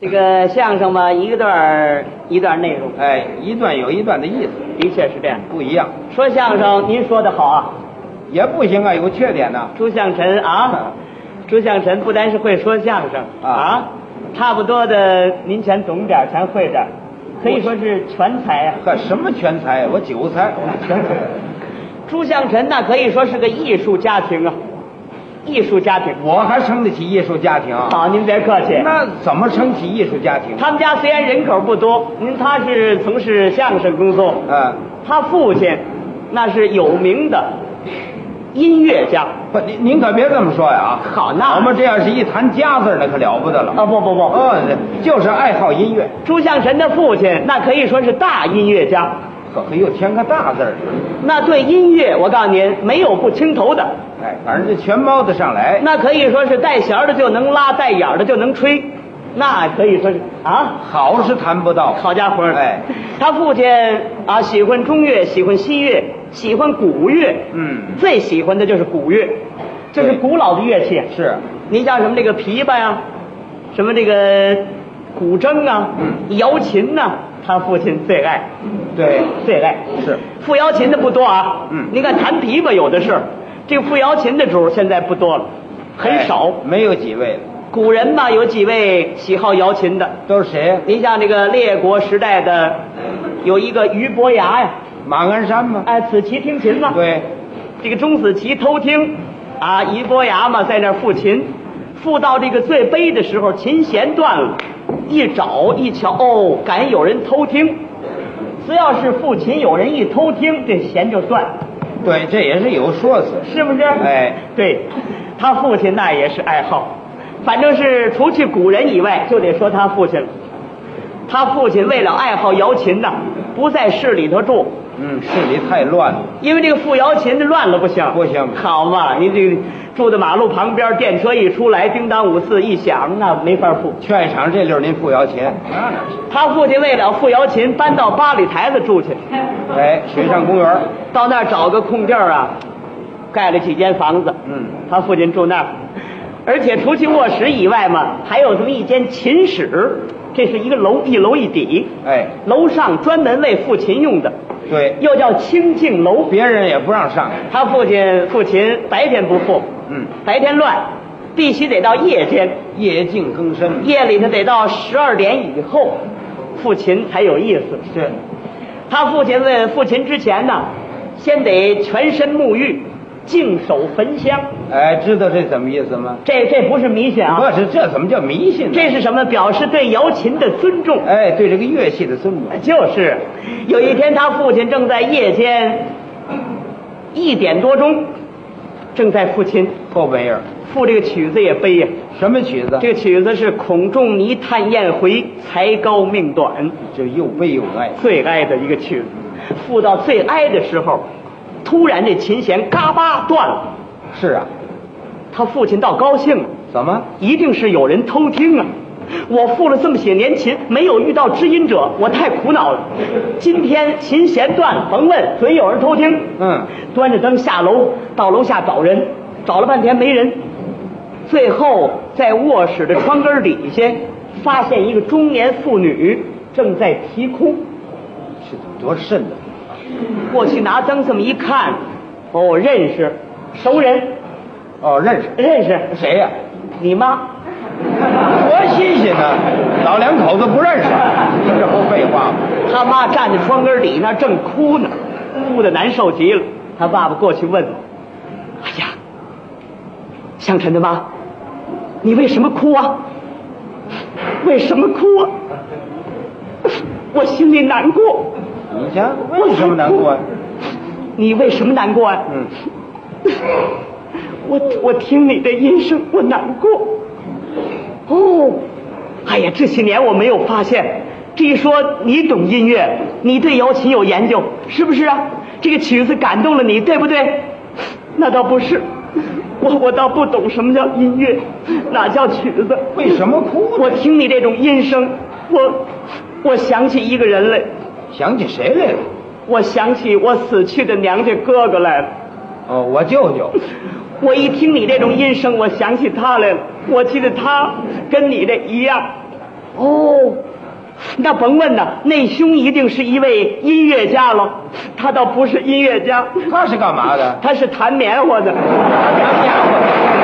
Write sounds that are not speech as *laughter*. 这个相声嘛，一个段儿一段内容，哎，一段有一段的意思，的确是这样。不一样，说相声，您说的好啊，也不行啊，有缺点呐、朱向臣啊，朱向臣不单是会说相声啊差不多的您全懂点儿，全会点儿，可以说是全才啊。呵，什么全才？我九才， *laughs* 全才。朱向臣那可以说是个艺术家庭啊，艺术家庭。 *laughs* 我还撑得起艺术家庭？好，您别客气。那怎么撑起艺术家庭？他们家虽然人口不多，您他是从事相声工作，啊，他父亲那是有名的音乐家。不，您您可别这么说呀啊！好，那我们这要是一谈家字儿那可了不得了。啊不不不，嗯，就是爱好音乐，朱向臣的父亲那可以说是大音乐家，可可又添个大字儿。那对音乐我告诉您，没有不青头的，哎，反正这全包得上来。那可以说是带弦儿的就能拉，带眼儿的就能吹，那可以说是啊，好是谈不到，好家伙儿！哎，他父亲啊喜欢中乐，喜欢西乐，喜欢古乐，嗯最喜欢的就是古乐，这是对古老的乐器。是您像什么这个琵琶呀、什么这个古筝啊，嗯瑶琴呐、他父亲最爱，对，最爱。是富瑶琴的不多啊，嗯您看弹琵琶有的是，这个富瑶琴的主儿现在不多了，很哎少。没有几位了，古人吧，有几位喜好瑶琴的，都是谁呀？您像这个列国时代的，有一个俞伯牙呀，马鞍山吗？哎，子期听琴嘛，，对，这个钟子期偷听，啊，俞伯牙嘛在那儿复琴，复到这个最悲的时候，琴弦断了，一找一瞧，哦，敢有人偷听，只要是复琴有人一偷听，这弦就断了。对，这也是有说辞。是不是？哎，对，他父亲那也是爱好，反正是除去古人以外，就得说他父亲了。他父亲为了爱好瑶琴呐，不在市里头住，嗯，市里太乱了，因为这个富瑶琴的乱了不行，不行好嘛，你这个住在马路旁边，电车一出来，叮当五四一响，那没法富。劝一场这溜儿您付摇钱，那哪是？他父亲为了富瑶琴，搬到八里台子住去，哎，水上公园儿，到那儿找个空地儿啊，盖了几间房子。嗯，他父亲住那儿，而且除去卧室以外嘛，还有这么一间琴室，这是一个楼，一楼一底，哎，楼上专门为父琴用的，对，又叫清净楼。别人也不让上，他父亲父琴白天不复，嗯，白天乱，必须得到夜间，夜静更深，夜里头得到十二点以后，父琴才有意思。是，他父亲为父琴之前呢，先得全身沐浴，净手焚香。哎，知道这怎么意思吗？这这不是迷信啊，不是，这怎么叫迷信呢？这是什么？表示对瑶琴的尊重。哎，对这个乐器的尊重，就是，有一天他父亲正在夜间一点多钟，正在复琴，后半夜复这个曲子也悲呀、什么曲子？这个曲子是孔仲尼叹燕回，才高命短，就又悲又哀，最哀的一个曲子。复到最哀的时候，突然这琴弦嘎巴断了，是啊，他父亲倒高兴了。怎么？一定是有人偷听啊！我付了这么些年琴，没有遇到知音者，我太苦恼了。今天琴弦断了，甭问，准有人偷听。嗯，端着灯下楼，到楼下找人，找了半天没人，最后在卧室的窗根底下发现一个中年妇女正在啼哭。是多瘆得慌。过去拿灯这么一看，哦，认识，熟人，哦，认识认识，谁呀、你妈。多新鲜呢！老两口子不认识，这不废话吗？他妈站在窗根底那儿正哭呢，哭的难受极了。他爸爸过去问：“哎呀，向晨的妈，你为什么哭啊？为什么哭啊？我心里难过。你瞧，为什么难过呀？你为什么难过啊？嗯，我我听你的音声，我难过。哦，哎呀，这些年我没有发现。这一说你懂音乐，你对瑶琴有研究，是不是啊？这个曲子感动了你，对不对？那倒不是，我我倒不懂什么叫音乐，哪叫曲子？为什么哭呢？我听你这种音声，我我想起一个人来，想起谁来了？我想起我死去的娘家哥哥来了。哦，我舅舅。我一听你这种音声，我想起他来了。我记得他跟你这一样，哦，那甭问呐，内兄一定是一位音乐家了。他倒不是音乐家，他是干嘛的？他是弹棉花的。好家伙，